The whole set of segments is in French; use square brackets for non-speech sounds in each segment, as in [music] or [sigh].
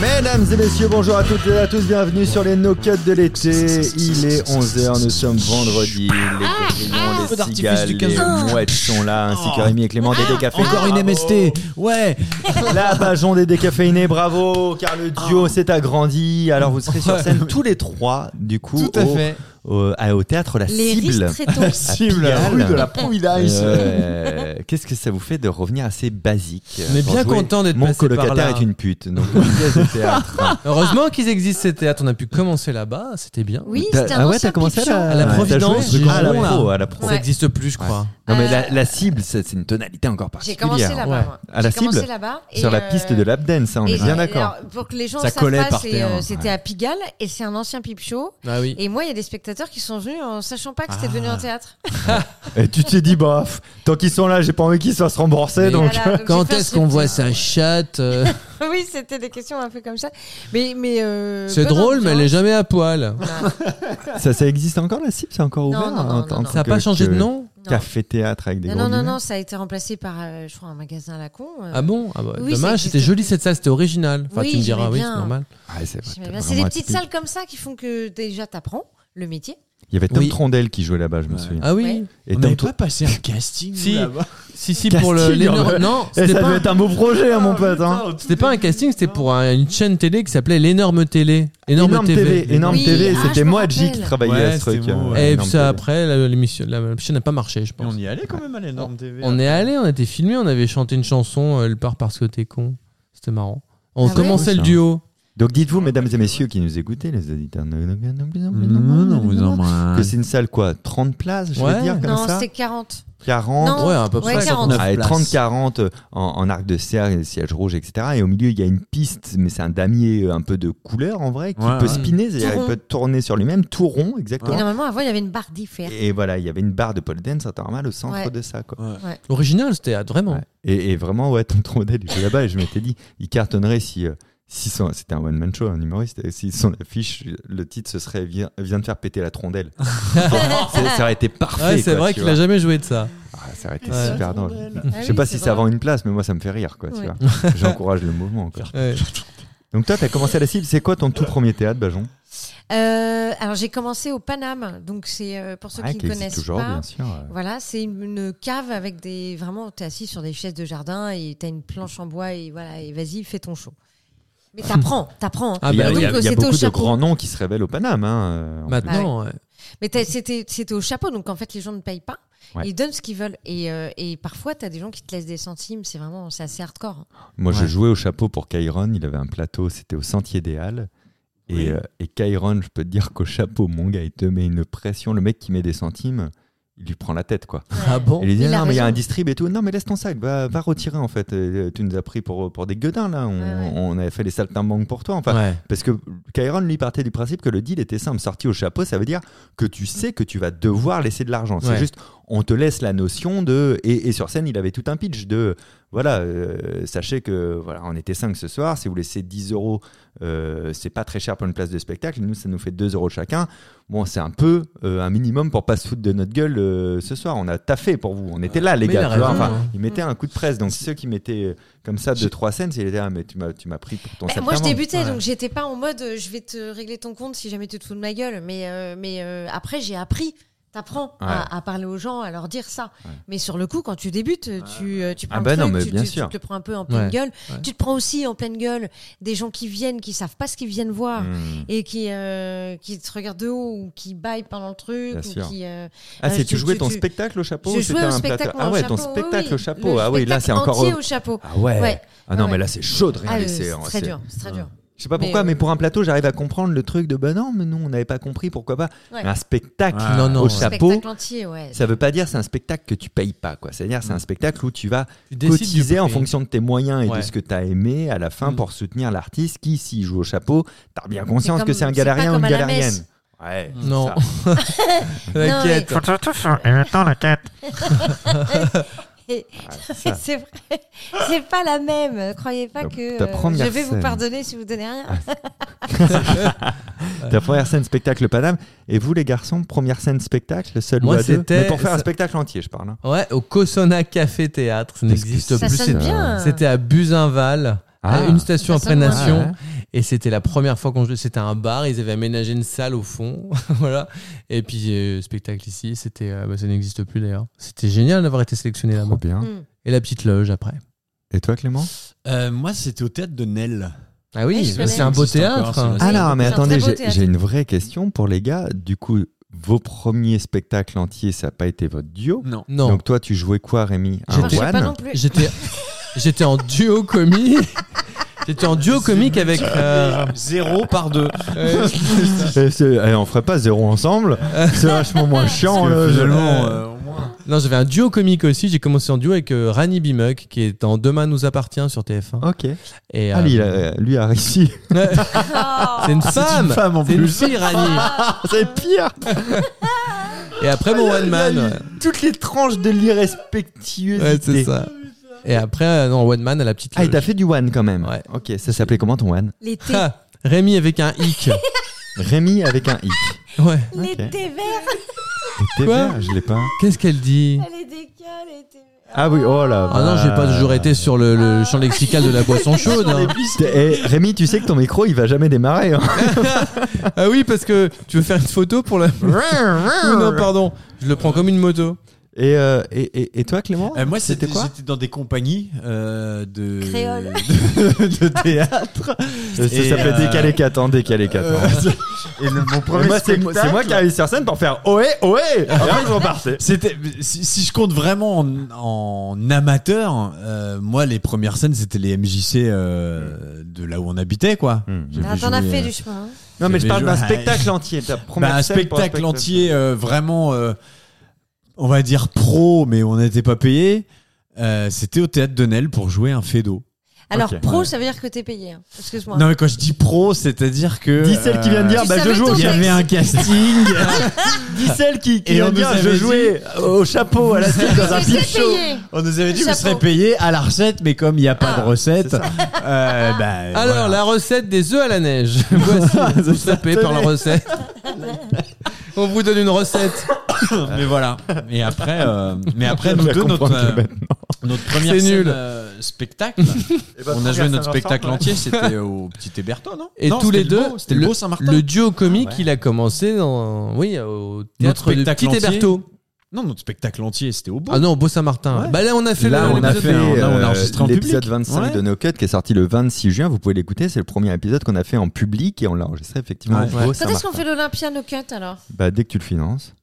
Mesdames et messieurs, bonjour à toutes et à tous, bienvenue sur les No Cuts de l'été. Il est 11h, nous sommes vendredi. Ah, Les Un peu grillons, les d'artifice cigales, du Oh. les 15 août. mouettes sont là, ainsi que Rémi et Clément décafé. Ah, Encore une MST. Ouais. La Bajon des décaféinés, bravo, car le Ah. duo s'est agrandi. Alors vous serez sur scène tous les trois, du coup, Tout à au, fait. au- à- au théâtre [laughs] La Les Cible. ristrettos. À Pigalle. Providence. Euh, Qu'est-ce que ça vous fait de revenir assez basique euh, On est pour bien jouer content d'être Mon passé colocataire par là. est une pute, donc une pièce de théâtre. Heureusement qu'ils existent ces théâtres. On a pu commencer là-bas. C'était bien. Oui, T'as- c'était ah un ouais, ancien t'as hein. commencé à pipe show. la, À la t'as Providence, joué du à la Gros, là. pro, à la pro. Ça Ouais. n'existe plus, je crois. Non mais Euh, la, la cible, c'est c'est une tonalité encore J'ai particulière. commencé là-bas. Ouais. moi. À la J'ai commencé cible là-bas et, Sur la euh, piste de l'Abden, ça, on et est bien j'ai- d'accord. alors, Pour que les gens Ça savent collait pas, par c'est, terre, euh, ouais. c'était à Pigalle et c'est un ancien pipe show. Ah oui. Et euh, moi, il y a des spectateurs qui sont venus en sachant pas que c'était Ah. devenu un théâtre. Et tu t'es dit, bof, tant qu'ils sont là, j'ai pas envie qu'ils se fassent rembourser, Mais- donc. Voilà, donc j'ai Quand fait un est-ce qu'on striptease. voit sa chatte euh, [laughs] Oui, c'était des questions un peu comme ça. Mais, mais euh, C'est bonne drôle, mais elle est ambiance. jamais à poil. Ah, Voilà. Ça, ça existe encore la cible, c'est encore Non, ouvert. non, non, en non, tant non. Ça n'a que- pas changé de que nom Café théâtre avec des Non, gros non, non, guillemets. non, ça a été remplacé par, euh, je crois, un magasin à la con. euh, Ah bon Ah bah, Oui, ça Dommage, existe c'était joli cette salle, c'était original. Enfin, Oui, tu me diras, j'aimais oui, c'est bien. normal. Ah, c'est j'aimais pas- bien. vraiment bah, C'est des petites atypique. salles comme ça qui font que déjà t'apprends le métier. Il y avait Tom Oui. Trondel qui jouait là-bas, je me Ouais. souviens. Ah oui Ouais. Et On Tom n'avait Tro- pas passé un casting Si. nous, là-bas Si, si, pour le. Casting, les hein. neuro- Non, Eh, ça c'était pas. Oh, devait être un beau projet, hein, mon pote. hein. C'était pas un casting, c'était pour un- une chaîne télé qui s'appelait l'énorme télé. Énorme, Énorme TV. TV, énorme Oui, TV. ah, je C'était me moi, J, qui rappelle. travaillais Ouais, à ce c'était truc. vous, hein. ouais. Et Énorme puis ça, TV. après, la, l'émission- la chaîne n'a pas marché, je Mais pense. on y allait quand même à l'énorme TV. On est allé, on était filmé, on avait chanté une chanson, euh, Elle part parce que t'es con. C'était marrant. On Ah ouais commençait le Ça. duo. Donc dites-vous, mesdames et messieurs qui nous écoutez, les auditeurs, Non, non, vous en que c'est une salle quoi 30 places, je Ouais. vais dire comme non, ça c'était 40. 40 Non, ouais, à peu ouais, près. 40. Ah, et places. 30-40 en, en arc de cerf, et siège rouge, etc. Et au milieu, il y a une piste, mais c'est un damier euh, un peu de couleur en vrai, qui Ouais, peut ouais. spinner, c'est-à-dire Tout il rond. peut tourner sur lui-même, tout rond, Et exactement. normalement, avant, il y avait une barre d'hiver. Hein Et voilà, il y avait une barre de pole dance normal au centre Ouais. de ça. Quoi. Original, c'était ah, vraiment. Ouais. Et, et vraiment, ouais, Tom Trondel était là-bas et je m'étais dit, il cartonnerait si. euh, si son- C'était un one-man show, un humoriste. et Si son affiche, le titre, ce serait Viens, viens de faire péter la [laughs] trondelle. C'est- ça aurait été parfait. Ouais, c'est quoi, vrai tu qu'il vois. a jamais joué de ça. Ah, ça aurait été Ouais. super drôle. Ah Je sais oui, pas c'est si ça vrai. vend une place, mais moi ça me fait rire, quoi. tu Ouais. vois. J'encourage le mouvement. quoi. Ouais. Donc toi, t'as commencé à la cible. C'est quoi ton tout premier théâtre, Bajon Euh, alors j'ai commencé au Paname, donc c'est euh, pour ceux Ouais, qui qui ne existe connaissent toujours, pas. bien sûr. euh. Voilà, c'est une, une cave avec des vraiment, t'es assis sur des chaises de jardin et t'as une planche en bois et voilà et vas-y fais ton show. [laughs] Mais t'apprends, t'apprends. hein. Ah il y a, bah il y a- donc, il y a c'était au beaucoup de chapeau. grands noms qui se révèlent au Paname. Hein, euh, Maintenant, ouais. Mais t'as- c'était c'était au chapeau, donc en fait les gens ne payent pas. Ouais. Ils donnent ce qu'ils veulent et, euh, et parfois t'as des gens qui te laissent des centimes. C'est vraiment c'est assez hardcore. hein. Moi, je Ouais. jouais au chapeau pour Kairon. Il avait un plateau, c'était au Sentier des Halles. Et, Oui. euh, et Kairon, je peux te dire qu'au chapeau, mon gars, il te met une pression. Le mec qui met des centimes, il lui prend la tête, quoi. Ah bon Il lui dit, Il a non, mais il y a raison. un distrib et tout. Non, mais laisse ton sac, va, va retirer, en fait. Euh, Tu nous as pris pour, pour des gueudins, là. On, Ouais, ouais. on avait fait les saltimbanques pour toi. Enfin, Ouais. Parce que Kyron lui partait du principe que le deal était simple. Sorti au chapeau, ça veut dire que tu sais que tu vas devoir laisser de l'argent. C'est Ouais. juste, on te laisse la notion de. Et, et sur scène, il avait tout un pitch de voilà, euh, sachez que voilà, on était 5 ce soir. Si vous laissez 10 euros, euh, c'est pas très cher pour une place de spectacle. Nous, ça nous fait 2 euros chacun. Bon, c'est un peu euh, un minimum pour pas se foutre de notre gueule euh, ce soir. On a taffé pour vous. On était là, les Mais il gars. a tu vois. raison, Enfin, hein. ils mettaient un coup de presse. Donc, ceux qui mettaient euh, comme ça J'ai- 2-3 scènes, ils étaient ah, mais tu m'as tu m'as pris pour ton Bah, moi je saltimbanque. débutais Ouais. donc j'étais pas en mode euh, je vais te régler ton compte si jamais tu te fous de ma gueule mais euh, mais euh, après j'ai appris t'apprends à, à parler aux gens à leur dire ça Ouais. mais sur le coup quand tu débutes tu euh, tu prends Ah le bah non, truc, mais tu, bien tu- sûr. tu te le prends un peu en pleine Ouais. gueule Ouais. tu te prends aussi en pleine gueule des gens qui viennent qui savent pas ce qu'ils viennent voir Hmm. Et qui, euh, qui te regardent de haut ou qui baillent pendant le truc. Bien ou sûr. qui, euh, Ah, Euh, c'est tu tu- jouais tu- ton tu- spectacle au chapeau Je ou jouais c'était au un spectacle. plateau Ah moi, au ouais, ton chapeau, oui, spectacle au oui. chapeau. Le Ah oui, là c'est spectacle encore entier au chapeau. Ah ouais. Ouais. Ah non, Ouais. mais là c'est chaud de Ah, réaliser. c'est hein, très dur, c'est très dur. Je sais pas Mais, pourquoi, mais, euh, pour un plateau, j'arrive à comprendre le truc de bah non, mais nous on n'avait pas compris, pourquoi pas. Ouais. Mais un spectacle Ah, Non, non, au ouais. chapeau, Spectacle entier, ouais. ça veut pas dire c'est un spectacle que tu payes pas, quoi. C'est-à-dire Mm. c'est un spectacle où tu vas Tu décides du cotiser en prix. fonction de tes moyens et Ouais. de ce que tu as aimé à la fin Mm. pour soutenir l'artiste qui, s'il joue au chapeau, t'as bien conscience comme- que c'est un c'est pas galérien ou une comme à la messe. galérienne. Ouais, c'est Non. ça. T'inquiète. mais- Et maintenant la quête. [laughs] Ouais, ça. C'est vrai, c'est pas la même. Croyez pas Ta- que ta euh, première je vais vous scène. pardonner si vous donnez rien. Ta première scène spectacle Paname. Et vous, les garçons, première scène spectacle, seul Moi, ou à deux c'était- Mais pour faire un ça- spectacle entier, je parle. hein. Ouais, au Kosona Café Théâtre, ça Qu'est-ce que n'existe c'est Ça plus. sonne C'était- bien. C'était à Buzinval, Ah. à une station Ça après sonne moins Nation. Et c'était la première fois qu'on jouait. C'était un bar, ils avaient aménagé une salle au fond. [laughs] voilà. Et puis, euh, spectacle ici, c'était, euh, bah, ça n'existe plus d'ailleurs. C'était génial d'avoir été sélectionné Trop là-bas. bien. Hmm. Et la petite loge après. Et toi, Clément Euh, moi, c'était au théâtre de Nel. Ah Ouais, oui, je bah, c'est connais. un beau Ça existe encore, théâtre. c'est vrai. Alors, mais c'est un attendez, très beau j'ai théâtre. j'ai une vraie question pour les gars. Du coup, vos premiers spectacles entiers, ça n'a pas été votre duo Non. Non. Donc toi, tu jouais quoi, Rémi Un Moi, je sais pas one non plus. [laughs] J'étais, j'étais en duo comique. J'étais en duo comique avec. euh, Zéro par deux. euh, Eh, c'est- eh, on ferait pas zéro ensemble C'est vachement moins chiant. Parce que là, je- finalement, euh, au moins. non, j'avais un duo comique aussi. J'ai commencé en duo avec euh, Rani Bimuck, qui est dans Demain nous appartient sur TF1. Ok. Et, euh, Ah, lui, il a- lui a réussi. Oh, c'est une femme. femme en C'est une plus. fille, Rani. C'est pire. Et après Ah, mon one man. ouais. Toutes les tranches de l'irrespectuosité. Ouais, c'est ça. Et après, euh, non, one man à la petite. Ah, il t'a loge. fait du one quand même. Ouais. Ok, ça s'appelait comment ton one L'été. Ah, Rémi avec un hic. Rémi avec un hic. Ouais. L'été vert, T'es Quoi vert, je l'ai pas. Qu'est-ce qu'elle dit elle est décale, l'été vert. Ah oui, oh là. Ah non, j'ai pas toujours été sur le, le champ lexical de la boisson chaude. hein. Eh, Rémi, tu sais que ton micro, il va jamais démarrer. hein. Ah oui, parce que tu veux faire une photo pour la. Ou [laughs] non, pardon, je le prends comme une moto. Et, euh, et, et, et toi, Clément Euh, moi, c'était C'était quoi J'étais dans des compagnies euh, de. Créole. [laughs] De, de théâtre. Ça Et, s'appelait euh, Décalé 4 ans, Décalé 4 ans. Euh, et le- mon premier Et moi, c'est spectacle- c'est moi qui arrive sur scène pour faire ohé, ohé Et Ah, après, ils repartaient. C'était si, si je compte vraiment en, en amateur, euh, moi les premières scènes c'était les MJC euh, de là où on habitait quoi. Hmm. J'avais Ah, T'en as joué, fait euh, du chemin. hein. Non, mais je Mais parle je- d'un spectacle entier. ta première bah, un scène pour un spectacle entier euh, vraiment, euh, on va dire pro, mais on n'était pas payé. Euh, c'était au théâtre de Nel pour jouer un Fedo. Alors, Ok. pro, Ouais. ça veut dire que t'es payé. hein. Excuse-moi. Non mais quand je dis pro, c'est-à-dire que euh, Dis celle qui vient de dire, Tu bah, je savais joue. ton il y avait un casting. [laughs] Dis celle qui, qui Et vient on de nous dire, je avait jouais au chapeau à [laughs] la suite dans un Mais pipe c'est show. payé. On nous avait dit Chapeau. vous serez payé à la recette, mais comme il n'y a pas Ah, de recette, euh, bah, [laughs] Alors, la recette des œufs à la neige. [laughs] Voici, vous tapez par la recette. On vous donne une recette. voilà. [laughs] mais voilà. Mais après, euh, mais [laughs] après Je nous vais deux notre comprendre que euh, maintenant. notre première C'est scène, nul. euh, spectacle. on a joué notre spectacle entier, c'était au petit Héberton, non Et Non, tous c'était les le deux, beau, c'était le beau Saint-Martin. Le duo comique, Ah ouais. il a commencé dans, oui, au théâtre de spectacle Petit entier. Héberto. Non, notre spectacle entier, c'était au beau. Ah non, au Beau-Saint-Martin. Ouais. Bah là, on a fait Là, le- on a l'épisode fait là, on a euh, enregistré en l'épisode public. 25 Ouais. de No Cut qui est sorti le 26 juin. Vous pouvez l'écouter. C'est le premier épisode qu'on a fait en public et on l'a enregistré effectivement. Ouais. au Ouais. Beau Quand est-ce qu'on Saint-Martin. fait l'Olympia No Cut alors Bah, dès que tu le finances.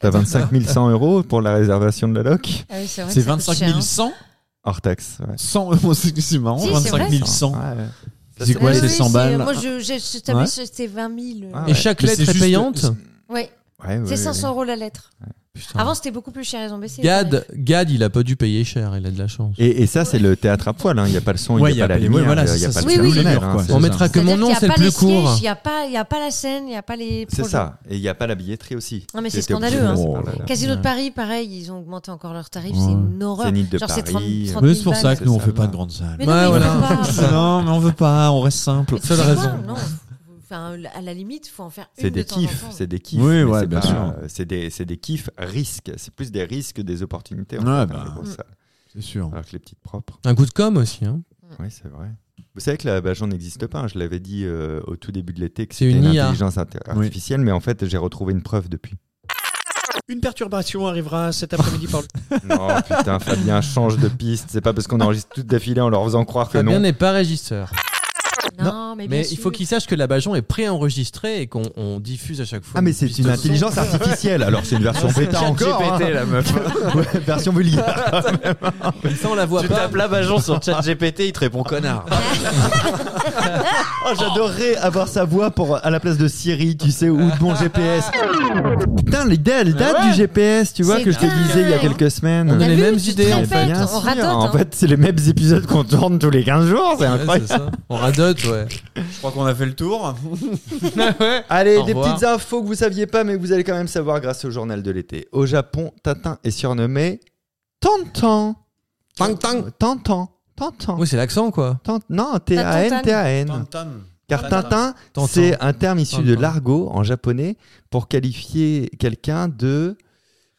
T'as 25 100 euros pour la réservation de la loc Ah oui, c'est vrai. C'est que ça coûte 25 cher, 100 [laughs] hors taxe. ouais. 100 euh, c'est c'est marrant, Si, c'est 25 vrai. 100. Ouais, ouais. C'est hein. quoi Ah ces oui, 100 c'est- balles Moi, je, j'ai- je t'avais Ouais. c'était 20 000. Ah Et chaque Mais lettre c'est est juste- payante. Ouais, Ouais, ouais, c'est ouais. 500 euros la lettre. Putain. Avant, c'était beaucoup plus cher, ils ont baissé. les tarifs. Gad, Gad, il a pas dû payer cher, il a de la chance. Et, et ça, c'est le théâtre à poil. hein. Il n'y a pas le son, il Ouais, n'y a, pas la ouais, lumière, il voilà, n'y a, c'est pas ça, le c'est le personnel. mur, hein, quoi. c'est On ça. mettra que C'est-à-dire mon qu'il y nom, a c'est le pas les plus court. sièges, Il n'y a, pas- il y a pas la scène, il n'y a pas les. C'est projets. ça. Et il n'y a pas la billetterie aussi. Non, mais c'est C'était scandaleux, obligé de Oh hein. passer par là. Casino de Paris, pareil, ils ont augmenté encore leurs tarifs, Ouais. c'est une horreur. Zénith de Genre, c'est Paris. 30, 30 Mais 000 c'est pour ça balles. que nous on ça, fait pas là. de grande salle. Mais non, mais Ouais, il voilà. faut [laughs] pas. Non, mais on veut pas, on reste simple. Seule C'est raison. quoi Non, enfin, à la limite, faut en faire une C'est des de temps en kiffs, temps. c'est des kiffs. Oui, mais ouais, c'est bien pas- sûr. euh, C'est des, c'est des kiffs risques. C'est plus des risques que des opportunités. en Ouais, fait, hein, bah. les mm. grosses salles. [laughs] C'est sûr. Alors que les petites propres. Un coup de com' aussi. hein. Mm. Oui, c'est vrai. Vous savez que la Bajon n'existe pas. hein. Je l'avais dit euh, au tout début de l'été que C'est c'était une, une IA. intelligence inter- artificielle, mais en fait, j'ai retrouvé une preuve depuis. [laughs] Une perturbation arrivera cet après-midi par le Non, Oh, putain, Fabien, change de piste. C'est pas parce qu'on enregistre toutes d'affilée en leur faisant croire que Fabien non. n'est pas régisseur. Non, mais Ah, bien Mais sûr. il faut qu'il sache que la Bajon est préenregistrée et qu'on on diffuse à chaque fois. Ah, mais c'est une intelligence artificielle. Alors, c'est une version bêta encore. hein. la meuf. [laughs] Ouais, version vulgaire. Comme ça, on la voit Tu pas. tapes la Bajon sur ChatGPT, il te répond connard. [laughs] Oh, J'adorerais avoir sa voix pour, à la place de Siri, tu sais, ou de mon GPS. Putain, les dates, les dates du GPS, tu vois, C'est que je te dingue. disais il y a quelques semaines. On On a a les vu, mêmes tu te idées, en Eh répètes, fait. bien, on sûr. radote. En hein. fait, c'est les mêmes épisodes qu'on tourne tous les 15 jours, c'est Ouais, incroyable. c'est ça. On [laughs] radote, ouais. Je crois qu'on a fait le tour. Ah, ouais. Allez, Au des revoir. petites infos que vous saviez pas, mais que vous allez quand même savoir grâce au journal de l'été. Au Japon, Tintin est surnommé Tantan. Tantan. Tantan. Tantan. Oui, c'est l'accent, quoi. Tant- Non, T-A-N, Tantan. T-A-N. Car Tintin, Tantan. c'est un terme issu de Tantan. l'argot en japonais pour qualifier quelqu'un de.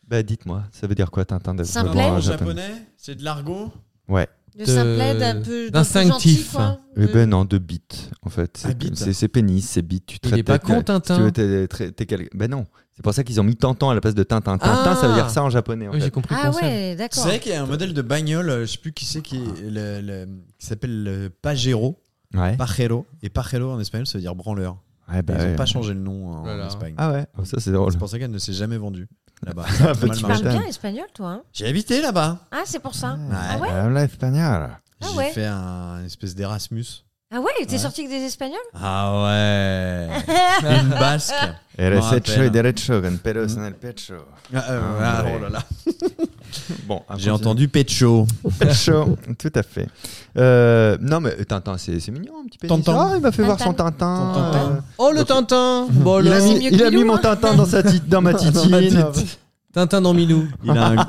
Bah, dites-moi, ça veut dire quoi Tintin Simplet. d'abord en En japonais japonais, c'est de l'argot. Ouais. De simple un peu. d'instinctif. Eh ben non, de bite, en fait. Ah, bite. C'est- C'est c'est pénis, c'est bite. Tu Il traites est ta- pas con, tu veux, Tintin. t'es- t'es- t'es quel- Ben non. C'est pour ça qu'ils ont mis Tintin à la place de Tintin. Tintin, Ah. ça veut dire ça en japonais. En Oui, fait. j'ai compris le Ah concept. ouais, C'est d'accord. vrai qu'il y a un modèle de bagnole, euh, je sais plus qui c'est, qui, est le- le- qui s'appelle le Pajero. Ouais. Pajero. Et Pajero en espagnol, ça veut dire branleur. Ouais, bah Bah, Ils n'ont ouais. pas changé le nom hein, en, Voilà. Espagne. Ah ouais, Oh, ça c'est drôle. C'est pour ça qu'elle ne s'est jamais vendue là-bas. Ah, bah, Ça a mal tu Tu marche. parles marché. bien espagnol, toi. hein J'ai habité là-bas. ah, c'est pour ça. Ah ouais Madame la espagnole. Ah J'ai ouais. fait un une espèce d'Erasmus. Ah ouais, t'es Ouais. sorti avec des Espagnols Ah [laughs] ouais. Une basque. Eres rappelle. hecho y derecho, con pelos en el pecho. Ah, euh, Ah ah, ouais. oh là là. Bon, à J'ai cause- entendu Pecho. [laughs] Pecho, tout à fait. Euh, non, mais Tintin, c'est c'est mignon un petit peu. Tintin. Ah, il m'a fait voir son Tintin. Tintin. Ton Tintin. euh, Oh le Tintin Bon, Il a alors. mis, C'est mieux il que a mis Milou, mon hein. Tintin dans, sa ti- [laughs] dans ma Dans ma titine. titine. Tintin dans Milou. Il a un... Vous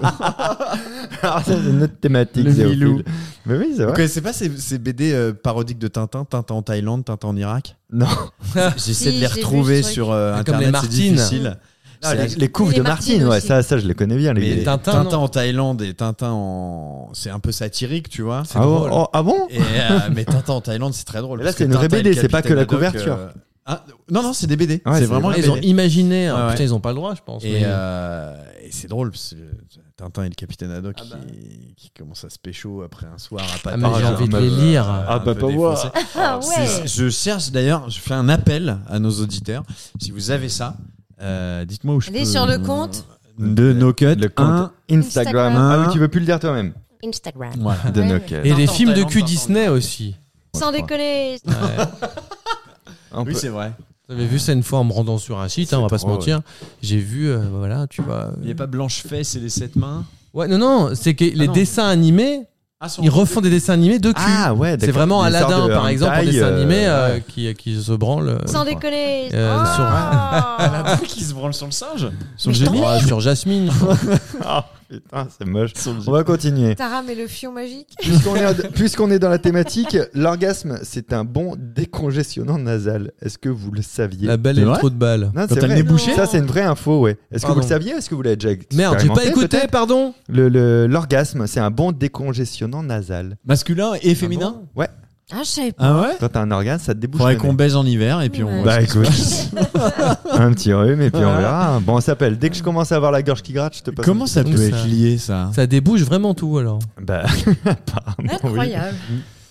Ah, c'est notre thématique. Le zéophile. Milou. Mais oui, c'est vrai. connaissez pas ces, ces BD euh, parodiques de Tintin Tintin en Thaïlande, Tintin en Irak Non. [laughs] J'essaie Si, de les j'ai vu retrouver ce truc. sur euh, Ah, comme les Internet, c'est Martines. difficile. Ah, les, C'est- les couves Et de les Martine, Martines ouais, aussi. ça, ça, je les connais bien. Les, Mais les- Tintin, Tintin, non. en Thaïlande et Tintin en... C'est un peu satirique, tu vois. ah, bon, oh, ah bon Et, euh, [laughs] mais Tintin en Thaïlande, c'est très drôle. Mais là, parce c'est que une vraie Tintin et BD, le c'est pas que la Capitaine Haddock, couverture. euh, ah, non, non, c'est des BD. Ouais, c'est c'est vraiment vrai. Ah, des Ils ont BD. imaginé. hein. Ah, Ouais, ouais. Putain, ils ont pas le droit, je pense. Et, mais- euh, et c'est drôle, parce que Tintin et le Capitaine Ah Haddock bah. qui, qui commence à se pécho après un soir à pas de Ah, mais parole, j'ai envie de un les peu- euh, lire. un Ah, peu bah, pas moi. défoncé. Ah ouais. C'est- Je cherche d'ailleurs, je fais un appel à nos auditeurs. Si vous avez ça, euh, dites-moi où je Allez peux- sur le compte. de No Cut. Le compte un- Instagram. Instagram. Ah oui, tu veux plus le dire toi-même. Instagram. [laughs] voilà. De Ouais, No ouais. Cut. Et Tintin des en films de Thaïlande, cul Tintin en Disney Thaïlande. aussi. Sans déconner. Ouais. On Oui, peut- c'est vrai. J'avais vu ça une fois en me rendant sur un site, hein, on va pas se drôle. mentir. J'ai vu, euh, voilà, tu vois. Il n'y a pas Blanche Fesse et les sept mains. Ouais, non, non, c'est que les non. dessins animés, Ah, son- ils refont des dessins animés de cul. Ah ouais, c'est d'accord. vraiment Une sorte Aladdin, de par exemple, en hentai, dessin euh, animé, euh, ouais. qui, qui se branle. euh, Sans déconner. Oh, Euh, sur- Ah. qui se branle sur le singe Sur Mais je t'en- ouais, sur Jasmine. [laughs] Ah, putain, c'est moche. On va continuer. Tara met le fion magique. Puisqu'on est, puisqu'on est dans la thématique, l'orgasme, c'est un bon décongestionnant nasal. Est-ce que vous le saviez La belle C'est et le vrai trou de balle. Non, Quand c'est t'as le vrai. nez bouché Ça, c'est une vraie info, ouais. Est-ce que Pardon. vous le saviez Est-ce que vous l'avez déjà Merde, j'ai pas expérimenté, écouté, peut-être pardon. Le- le- L'orgasme, c'est un bon décongestionnant nasal. Masculin et féminin bon Ah, je [laughs] savais pas. Ah ouais Quand t'as un orgasme, ça te débouche. Faudrait le qu'on nez. baise en hiver et puis on. Ouais. Bah écoute, [laughs] un petit rhume et puis on verra. Bon, on s'appelle. Dès que je commence à avoir la gorge qui gratte, je te passe. Comment ça Donc peut ça- être lié ça Ça débouche vraiment tout alors. Bah, [laughs] apparemment, oui. Incroyable.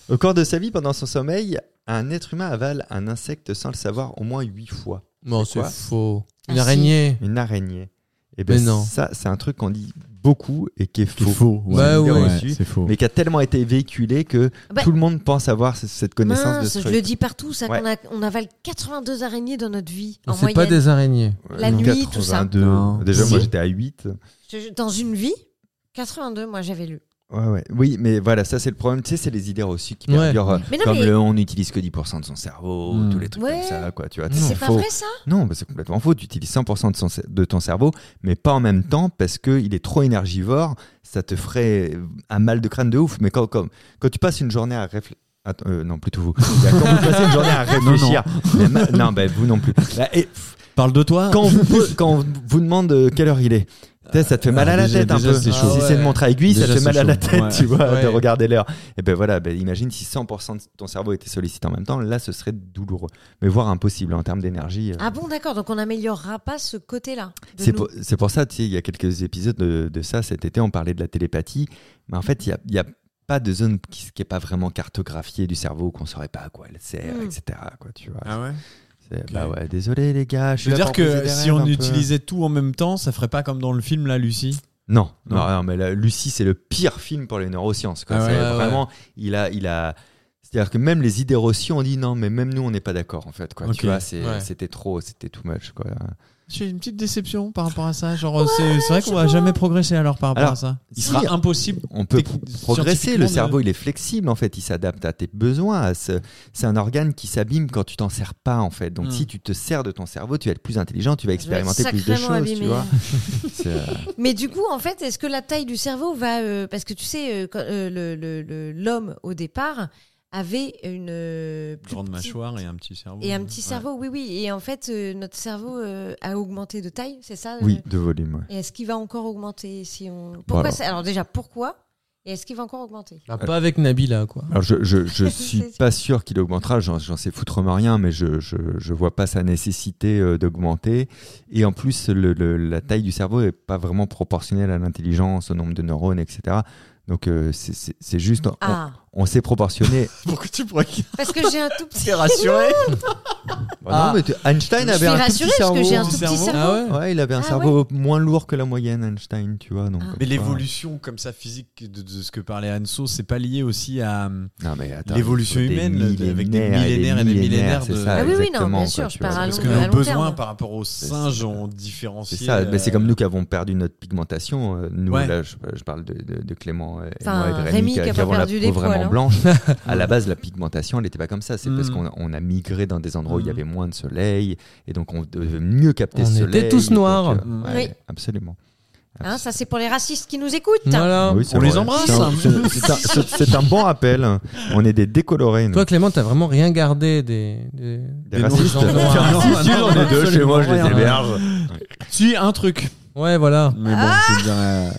Au cours de sa vie, pendant son sommeil, un être humain avale un insecte sans le savoir au moins huit fois. Non, C'est c'est quoi faux. Ah, Une si. araignée. Une araignée. Et ben Mais non. ça, c'est un truc qu'on dit beaucoup et qui est C'est faux. faux. Bah ouais. c'est faux. Mais qui a tellement été véhiculé que Bah- tout le monde pense avoir ce- cette connaissance Mince, de ce je truc. le dis partout, ça Ouais. qu'on a- on avale 82 araignées dans notre vie. En C'est pas moyenne. des araignées. la Non. nuit, tout ça. 82. Non. Déjà, Si. moi, j'étais à 8. Je- Dans une vie, 82, moi j'avais lu. Ouais, ouais. Oui, mais voilà, ça, c'est le problème. Tu sais, c'est les idées reçues qui Ouais. perdurent. euh, Mais non, Comme mais- le on n'utilise que 10% de son cerveau, Hmm. tous les trucs Ouais. comme ça, quoi. Tu vois, Non, C'est pas faux. vrai ça Non, bah, c'est complètement faux. Tu utilises 100% de, son- de ton cerveau, mais pas en même temps parce qu'il est trop énergivore. Ça te ferait un mal de crâne de ouf. Mais quand, quand, quand tu passes une journée à réfléchir. non, plutôt [laughs] vous. Quand vous passez une journée à réfléchir. mais ma- Non, bah, vous non plus. Là, et pff, Parle de toi. quand, [laughs] vous, po- quand on vous demande euh, quelle heure il est, tu sais, ça te fait mal à la Euh, déjà- tête un déjà, peu. c'est chaud. Si Ah c'est ouais. une montre à aiguille, Déjà, ça te fait c'est mal à la chaud. tête, Ouais. tu vois, Ouais. de regarder l'heure. Et ben voilà, ben, imagine si 100% de ton cerveau était sollicité en même temps, là ce serait douloureux. Mais voire impossible en termes d'énergie. euh, Ah bon, d'accord, donc on n'améliorera pas ce côté-là. de C'est nous. pour, c'est pour ça, tu sais, il y a quelques épisodes de, de ça cet été, on parlait de la télépathie, mais en fait, il n'y a, il y a pas de zone qui n'est pas vraiment cartographiée du cerveau, qu'on ne saurait pas à quoi elle sert, Mm. etc. Quoi, tu vois. Ah ouais. C'est- Bah ouais, désolé les gars, je Je suis veux là dire pour poser que des si rênes on un peu. utilisait tout en même temps, ça ferait pas comme dans le film là, Lucie. Non, non, Non. non, mais là, Lucie, c'est le pire film pour les neurosciences. quoi. Ah C'est ouais, ouais, vraiment, il a. Il a c'est-à-dire que même les idées reçues ont dit non, mais même nous on n'est pas d'accord en fait. Quoi. Ok. Tu vois, c'est- Ouais. c'était trop, c'était too much. Quoi. J'ai une petite déception par rapport à ça. Genre, c'est vrai qu'on va jamais progresser alors par rapport Alors, à ça. Il si, sera impossible. On peut Techni- progresser, scientifiquement, le cerveau il est flexible en fait, il s'adapte à tes besoins. à ce- C'est un organe qui s'abîme quand tu t'en sers pas en fait. Donc Hmm. si tu te sers de ton cerveau, tu vas être plus intelligent, tu vas Je vais être expérimenter plus de sacrément choses, abîmée. tu vois. C'est, euh, Mais du coup, en fait, est-ce que la taille du cerveau va. euh, parce que tu sais, euh, quand, euh, le- le- le- l'homme au départ avait une. euh, plus Grande petite- mâchoire et un petit cerveau. Et un petit cerveau, oui, oui. Et en fait, euh, notre cerveau euh, a augmenté de taille, c'est ça euh Oui, de volume. ouais. Et est-ce qu'il va encore augmenter si on... Voilà. Pourquoi ça- Alors déjà, pourquoi Et est-ce qu'il va encore augmenter Bah, pas avec Nabila, quoi. Alors je, je, je suis C'est- pas sûr qu'il augmentera, j'en j'en sais foutrement rien, mais je, je, je vois pas sa nécessité euh, d'augmenter. Et en plus, le, le- la taille du cerveau est pas vraiment proportionnelle à l'intelligence, au nombre de neurones, etc. Donc euh, c'est- c'est c'est juste, on- Ah, on, s'est proportionné. Pourquoi tu pourrais parce que j'ai un tout petit. t'es rassuré Bah non, Ah. mais tu- Einstein Je suis avait un tout petit rassurée parce que j'ai un cerveau. tout petit cerveau. cerveau. Ah ouais Ouais, il avait un Ah cerveau moins lourd que la moyenne, Einstein, tu vois. Donc, Ah. comme Mais ça. l'évolution comme ça physique de, de ce que parlait Anso, c'est pas lié aussi à Non, mais attends, L'évolution il faut des humaine, le- avec des millénaires et des millénaires c'est de- ça, Ah oui, oui, non, exactement, bien sûr, quoi, je tu vois. parle à parce long- que à nos long besoins terme. par rapport aux singes ont différencié. C'est ça, mais c'est euh, comme nous qui avons perdu notre pigmentation. euh, Nous, Ouais. là, je, je parle de, de- de Clément et, et Enfin, moi et de Rémi, Rémi qui a pas avons la perdu peau des vraiment poils, hein. blanche. [laughs] à la base, la pigmentation, elle n'était pas comme ça. C'est parce Mm. qu'on on a migré dans des endroits où il y Mm. avait moins de soleil, et donc on devait mieux capter On ce était soleil. tous et donc, noirs. euh, ouais, Oui. Absolument. Hein, ça, c'est pour les racistes qui nous écoutent. Voilà. Ah Oui, c'est on les vrai. embrasse, C'est un- hein. c'est- C'est un- c'est- c'est un, bon rappel. hein. On est des décolorés. nous. Toi, Clément, t'as vraiment rien gardé des. des- des des racistes. non- des gens Ah, noirs. Non, si, si, j'en ai deux chez moi, je les Absolument rien. héberge. Si un truc. Ouais, voilà. Mais bon, je euh, dirais-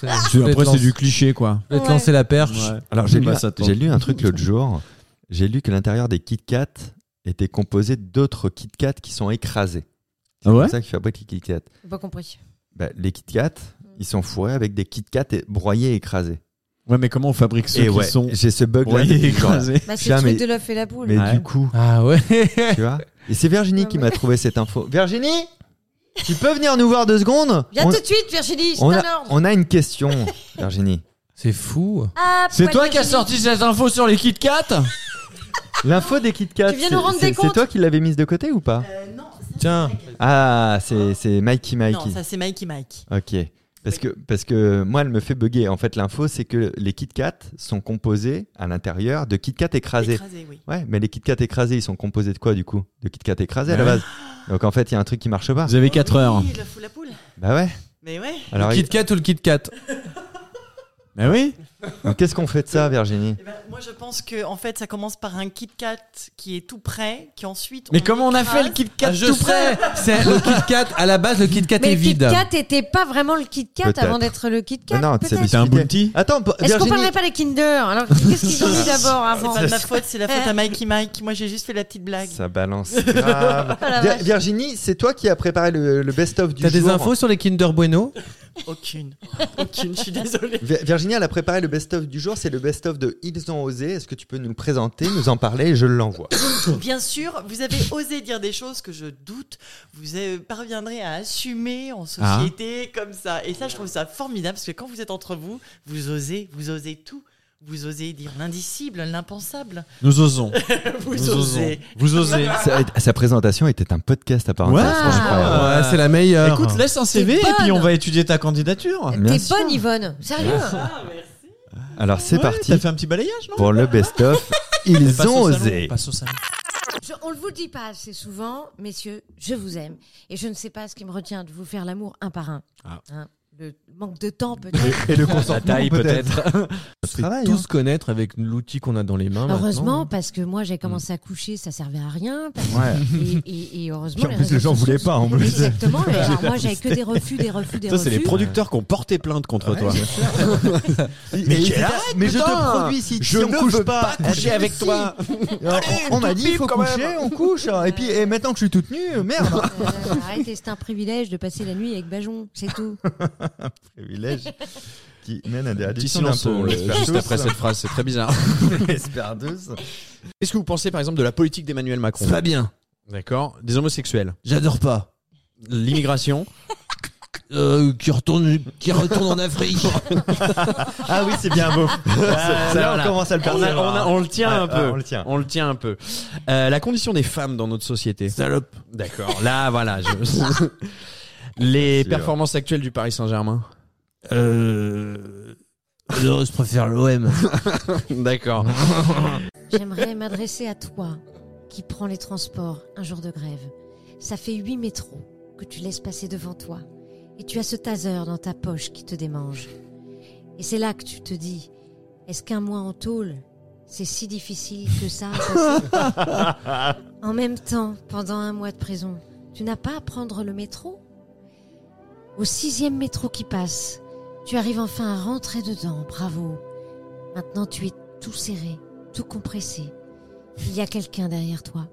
C'est- Tu- je vais après te c'est lancer- du cliché quoi. je vais te Ouais. lancer la perche. Alors j'ai Faut lu, pas s'attendre. j'ai lu un truc l'autre jour. J'ai lu que l'intérieur des Kit Kat était composé d'autres Kit Kat qui sont écrasés. C'est Ah ouais comme ça qu'ils fabriquent les Kit Kat. J'ai Pas compris. Bah, les Kit Kat, ils sont fourrés avec des Kit Kat et- broyés et écrasés. Ouais, mais comment on fabrique ceux et qui ouais, sont j'ai ce bug là. broyés, écrasés Bah, c'est le Jamais. truc de l'œuf et la boule. Mais Ouais. du [laughs] coup, Ah ouais. [laughs] tu vois. Et c'est Virginie qui m'a trouvé cette info. Virginie, tu peux venir nous voir deux secondes Viens on, tout de suite, Virginie, c'est on un a, ordre. on a une [laughs] question, Virginie. C'est fou. Ah, C'est poil toi de qui as Virginie. sorti cette info sur les Kit Kat L'info des Kit Kat, Tu viens nous c'est- rendre c'est des c'est comptes Euh, toi qui l'avais mise de côté ou pas non, Tiens. Ah, hein c'est c'est Mikey Mikey. non, ça c'est Mikey Mike. Ok. Parce que, parce que moi, elle me fait bugger. En fait, l'info, c'est que les Kit Kat sont composés à l'intérieur de Kit Kat écrasés. Écrasé, oui. Ouais, mais les Kit Kat écrasés, ils sont composés de quoi du coup De Kit Kat écrasés à la Ouais. base. Donc en fait, il y a un truc qui marche pas. Vous avez 4 Oui, heures. le fou la poule. Bah ouais. Mais ouais. Alors, le Kit Kat ou le Kit Kat Mais oui. il- qu'est-ce qu'on fait de ça, Virginie Eh ben, moi, je pense que en fait, ça commence par un Kit Kat qui est tout prêt, qui ensuite. Mais comment on a fait le Kit Kat Ah, Je tout près sais. C'est le Kit Kat. À la base, le Kit Kat Mais est le Kit vide. Kat était pas vraiment le Kit Kat Peut-être. avant d'être le Kit Kat. Mais non, c'est- peut-être. c'est C'est un Discuter. bounty Attends, p- Est-ce qu'on Virginie. parlerait pas des Kinder Alors, qu'est-ce [laughs] qu'ils ont mis d'abord C'est avant pas [laughs] de ma faute, c'est la faute à Mikey Mike. Moi, j'ai juste fait la petite blague. Ça balance [laughs] grave. Oh la Vir- vache. Virginie, c'est toi qui as préparé le, le best-of du T'as jour. des infos sur les Kinder Bueno Aucune. Aucune, je suis désolée. Vi- Virginie, elle a préparé le best-of du jour. C'est le best-of de Ils ont osé. Est-ce que tu peux nous le présenter, nous en parler et je l'envoie Bien sûr, vous avez osé dire des choses que je doute. Vous euh, parviendrez à assumer en société Ah. comme ça. Et ça, je trouve ça formidable parce que quand vous êtes entre vous, vous osez, vous osez tout. Vous osez dire l'indicible, l'impensable. [laughs] Nous osons. Vous Nous osons. osez. Vous osez. Sa, sa présentation était un podcast apparemment. Ouais. Franchement, Ah. Ouais, c'est la meilleure. Écoute, laisse un CV et bonne. puis on va étudier ta candidature. Bien T'es sûr. bonne, Yvonne. Sérieux Alors c'est Ouais, parti T'as fait un petit balayage, non pour le [laughs] best-of. Ils ont osé. Passe au salon. Je- on ne vous le dit pas assez souvent, messieurs, je vous aime. Et je ne sais pas ce qui me retient de vous faire l'amour un par un. Ah. Hein, le manque de temps peut-être. Et le consentement C'est Travail, tous connaître avec l'outil qu'on a dans les mains. maintenant. Heureusement, parce que moi j'ai Mm. commencé à coucher, ça servait à rien. parce- Ouais. Et, et- et heureusement. Puis en plus, réseaux les gens sociaux voulaient sont- pas, en Oui, plus. Exactement. [laughs] mais alors moi j'avais que des refus, des refus, des Ça, c'est refus. les producteurs qui ont porté plainte contre [laughs] toi. Et- quel et- arrête, mais je putain te produis si Je si on ne couche veux pas. pas coucher Eh ben avec si. toi. Alors, on on m'a dit il faut quand même. coucher, on couche. Et puis et maintenant que je suis toute nue, merde. Euh, arrêtez, c'est un privilège de passer la nuit avec Bajon, c'est tout. [laughs] Privilège qui mène à des Petit addictions silence d'impôts. euh, juste après cette phrase, c'est très [laughs] bizarre. Qu'est-ce que vous pensez par exemple de la politique d'Emmanuel Macron C'est pas bien. D'accord Des homosexuels, J'adore pas. l'immigration. Euh, qui retourne, qui retourne en [laughs] Afrique. Ah oui, c'est bien beau. [laughs] Ça, là, on voilà. commence à le [laughs] on, a- percevoir. on a- on le tient Ouais, un peu. ouais, on le tient. On le tient un peu. Euh, la condition des femmes dans notre société. Salope. D'accord. Là, voilà. je- [laughs] Les Sûr. performances actuelles du [laughs] Paris Saint-Germain. Euh, je préfère l'OM. D'accord. J'aimerais m'adresser à toi qui prends les transports un jour de grève. Ça fait huit métros que tu laisses passer devant toi et tu as ce taser dans ta poche qui te démange. Et c'est là que tu te dis est-ce qu'un mois en tôle, c'est si difficile que ça à passer En même temps, pendant un mois de prison, tu n'as pas à prendre le métro Au sixième métro qui passe, Tu arrives enfin à rentrer dedans, bravo. Maintenant tu es tout serré, tout compressé. Il y a quelqu'un derrière toi.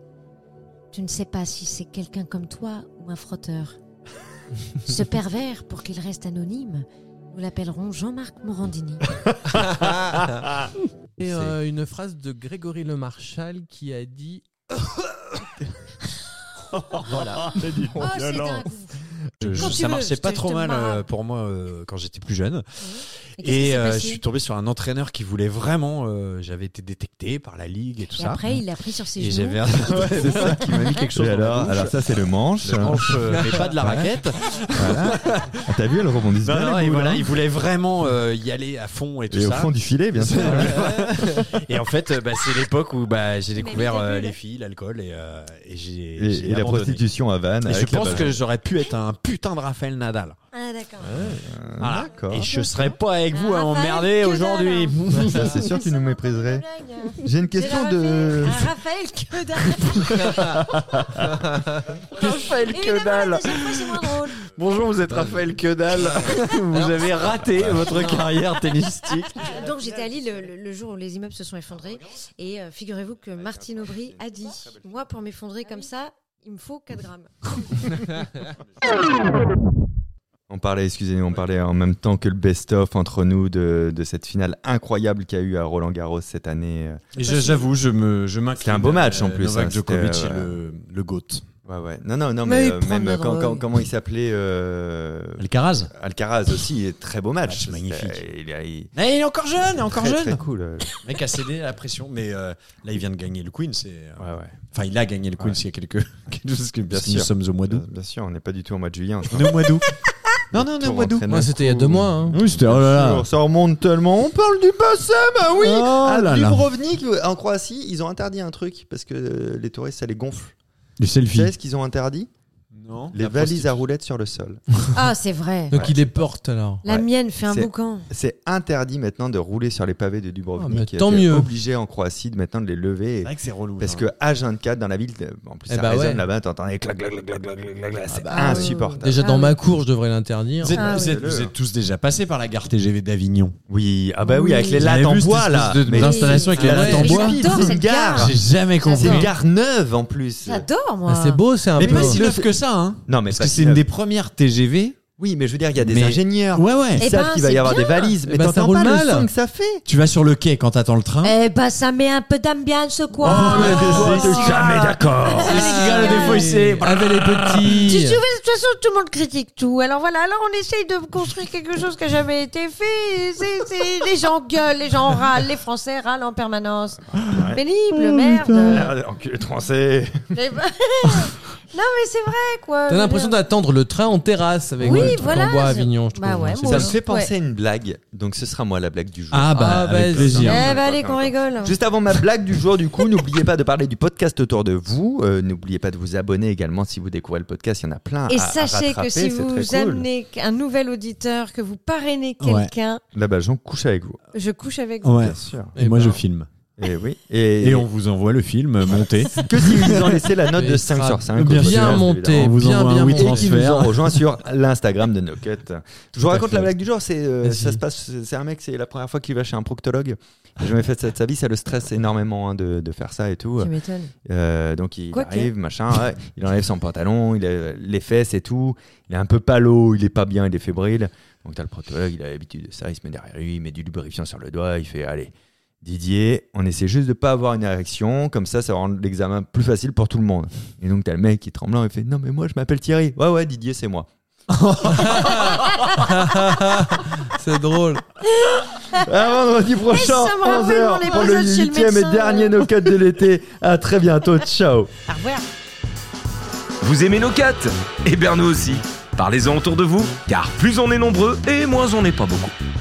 Tu ne sais pas si c'est quelqu'un comme toi ou un frotteur. Ce pervers, pour qu'il reste anonyme, nous l'appellerons Jean-Marc Morandini. Et C'est- euh, une phrase de Grégory Lemarchal qui a dit [laughs] Voilà. Oh, c'est dingue. Ah, Je- je- Quand tu ça veux, marchait je pas te- trop je te mal marre. euh, pour moi euh, quand j'étais plus jeune. Et, qu'est-ce qui Et s'est euh, je passé suis tombé sur un entraîneur qui voulait vraiment. euh, j'avais été détecté par la ligue et tout Et ça. après, il l'a pris sur ses et genoux. j'avais un- [laughs] c'est ça qui m'a mis quelque chose Et dans la alors, bouche. alors ça c'est le manche. Le manche, euh, mais pas de la Ouais. raquette. Voilà. Ah, T'as vu, elles rebondissent Non, bien. Ben non, les et boules, voilà, hein. il voulait vraiment euh, y aller à fond [laughs] et tout Et au ça. fond du filet, bien sûr. Et en fait, euh, bah, c'est l'époque où bah, j'ai découvert les euh, bulles. les filles, l'alcool et, euh, et j'ai. Et, j'ai et la abandonné. prostitution à Vannes. Et je avec la pense balle. que j'aurais pu être un putain de Raphaël Nadal. Ah, d'accord. Euh, Voilà. D'accord. Et je serais pas avec vous à Raphaël emmerder que dalle, aujourd'hui. [laughs] Ça, c'est sûr, tu nous mépriserais. Blague. J'ai une C'est question la de. Raphaël- un Raphaël que dalle. Raphaël Évidemment, la deuxième fois, c'est moins drôle. Bonjour, vous êtes Ah. Raphaël [laughs] que dalle. vous avez raté votre carrière tennistique. Donc j'étais à Lille le, le jour où les immeubles se sont effondrés et euh, figurez-vous que Martine Aubry a dit moi pour m'effondrer comme ça il me faut 4 grammes. On parlait, excusez-nous, on parlait en même temps que le best-of entre nous de, de cette finale incroyable qu'il y a eu à Roland Garros cette année. euh, Et je- j'avoue, je me, je m'incline C'était un beau match, à en plus, Novak hein, Djokovic, c'était, euh, le, le goat. Ouais, ouais. Non, non, non, Mais mais, il euh, prend même de la quand- drogue. quand- comment il s'appelait euh, Alcaraz. Alcaraz aussi, est très beau match. Ah, Match magnifique. C'était- Il, a- il- il est encore jeune, il est encore très, jeune. Très cool. euh, Le mec a cédé à la pression, mais euh, là il vient de gagner le Queen. C'est, euh, Ouais, ouais. enfin, il a gagné le Queen Ouais. il y a quelques, [laughs] quelques parce que Bien parce que nous sûr. sommes au mois Bien, d'août. bien sûr, on n'est pas du tout au mois de juillet. hein, On est au [laughs] mois d'août. non, non, on est au Tour mois d'août. entraîneur. Moi, c'était il y a deux mois. hein. Euh, Oui, c'était. Sûr, Ça remonte tellement. On parle du passé, bah oui. Oh Ah, là là. Dubrovnik, en Croatie, ils ont interdit un truc parce que euh, les touristes, ça les gonfle. Tu Du sais selfie. ce qu'ils ont interdit Non. Les valises à roulettes sur le sol. Ah c'est vrai. Donc il les porte alors. La Ouais. mienne fait un C'est- boucan. C'est interdit maintenant de rouler sur les pavés de Dubrovnik. Ah, mais qui a tant été mieux. Obligé en Croatie de maintenant de les lever. C'est vrai que c'est relou. Parce hein. que à 24 dans la ville, t'es- en plus Eh ça bah résonne ouais. là-bas, t'entends les clac clac clac clac clac clac, clac, clac, c'est bah ouais. insupportable. Déjà Ah dans oui. ma cour, je devrais l'interdire. Vous êtes, Ah vous oui. êtes- vous êtes tous déjà passés par la gare TGV d'Avignon. Oui, ah bah oui, Oui. avec les Vous lattes avez en vu cette bois espèce là. de- Mais d'installation avec les Ah ouais. lattes en Mais bois. J'adore C'est cette une gare. gare. J'ai jamais compris. c'est une J'adore. gare neuve en plus. J'adore moi. Ah, c'est beau, c'est un Mais peu. pas si Le- neuf que ça, hein. Non mais Parce pas que si c'est une neuve. des premières TGV. Oui, mais je veux dire, il y a des Mais- ingénieurs. Ouais, ouais. Ils Eh savent ben, qu'il va y c'est avoir des bien. valises, mais ben, ça t'entends pas roule le mal. son que ça fait. Tu vas sur le quai quand t'attends le train. Eh ben ça met un peu d'ambiance Oh, quoi. Ah, Oh, jamais d'accord. Ah, Les cigales, des fois, c'est- Avec Ah, les Ah, Tu te petits. souviens, de toute façon, tout le monde critique tout. Alors voilà, alors on essaye de construire quelque chose qui n'a jamais été fait. C'est- c'est- les gens gueulent, les gens râlent, les Français râlent en permanence. Pénible, [laughs] merde. Enculé de français. Les- non, mais c'est vrai, quoi. T'as l'impression d'attendre le train en terrasse avec euh, Oui, le truc voilà, en bois à je- Avignon, je Bah trouve. ouais, C'est moi Ça ça. me aussi. fait penser Ouais. à une blague, donc ce sera moi la blague du jour. Ah bah, Ah bah, avec vas-y. Eh plaisir. ben, allez, qu'on rigole. Juste avant ma blague du jour, du coup, n'oubliez pas de parler du podcast autour de vous. Euh, n'oubliez pas de vous abonner également si vous découvrez le podcast. Il y en a plein. Et à- à sachez rattraper, que si c'est très vous cool. amenez un nouvel auditeur, que vous parrainez Ouais. quelqu'un, Là, bah, j'en couche avec vous. je couche avec vous. Ouais. Bien sûr. Et Eh moi, ben. je filme. Et Eh oui. Et, Et on vous envoie le film euh, monté. que si ils ont laissé la note Mais de 5 ça sur 5. bien au sûr. podcast, Bien monté, évidemment. vous bien envoie un bien oui Et qui monté. nous transfert. ont rejoint sur l'Instagram de Nocut. Je vous raconte fait. la blague du jour. C'est euh, Vas-y. ça se passe. C'est un mec. C'est la première fois qu'il va chez un proctologue. J'ai jamais fait ça de sa vie. Ça le stresse énormément hein, de, de faire ça et tout. Tu m'étonnes. Euh, donc il Quoique. arrive, machin, ouais, il enlève son pantalon, il a les fesses et tout. Il est un peu palo, il est pas bien, il est fébrile. Donc t'as le protologue, il a l'habitude de ça, il se met derrière lui, il met du lubrifiant sur le doigt, il fait allez. Didier, on essaie juste de pas avoir une érection, comme ça, ça va rendre l'examen plus facile pour tout le monde. Et donc, t'as le mec qui est tremblant, il fait Non, mais moi, je m'appelle Thierry. Ouais, ouais, Didier, c'est [laughs] moi. C'est drôle. À Ah, vendredi prochain, ça me rappelle 11h, mon épisode pour le chez le 8 médecin. et dernier no cut de l'été. À très bientôt, ciao. Au revoir. Vous aimez nos quatre Eh bien nous aussi. Parlez-en autour de vous, car plus on est nombreux et moins on n'est pas beaucoup.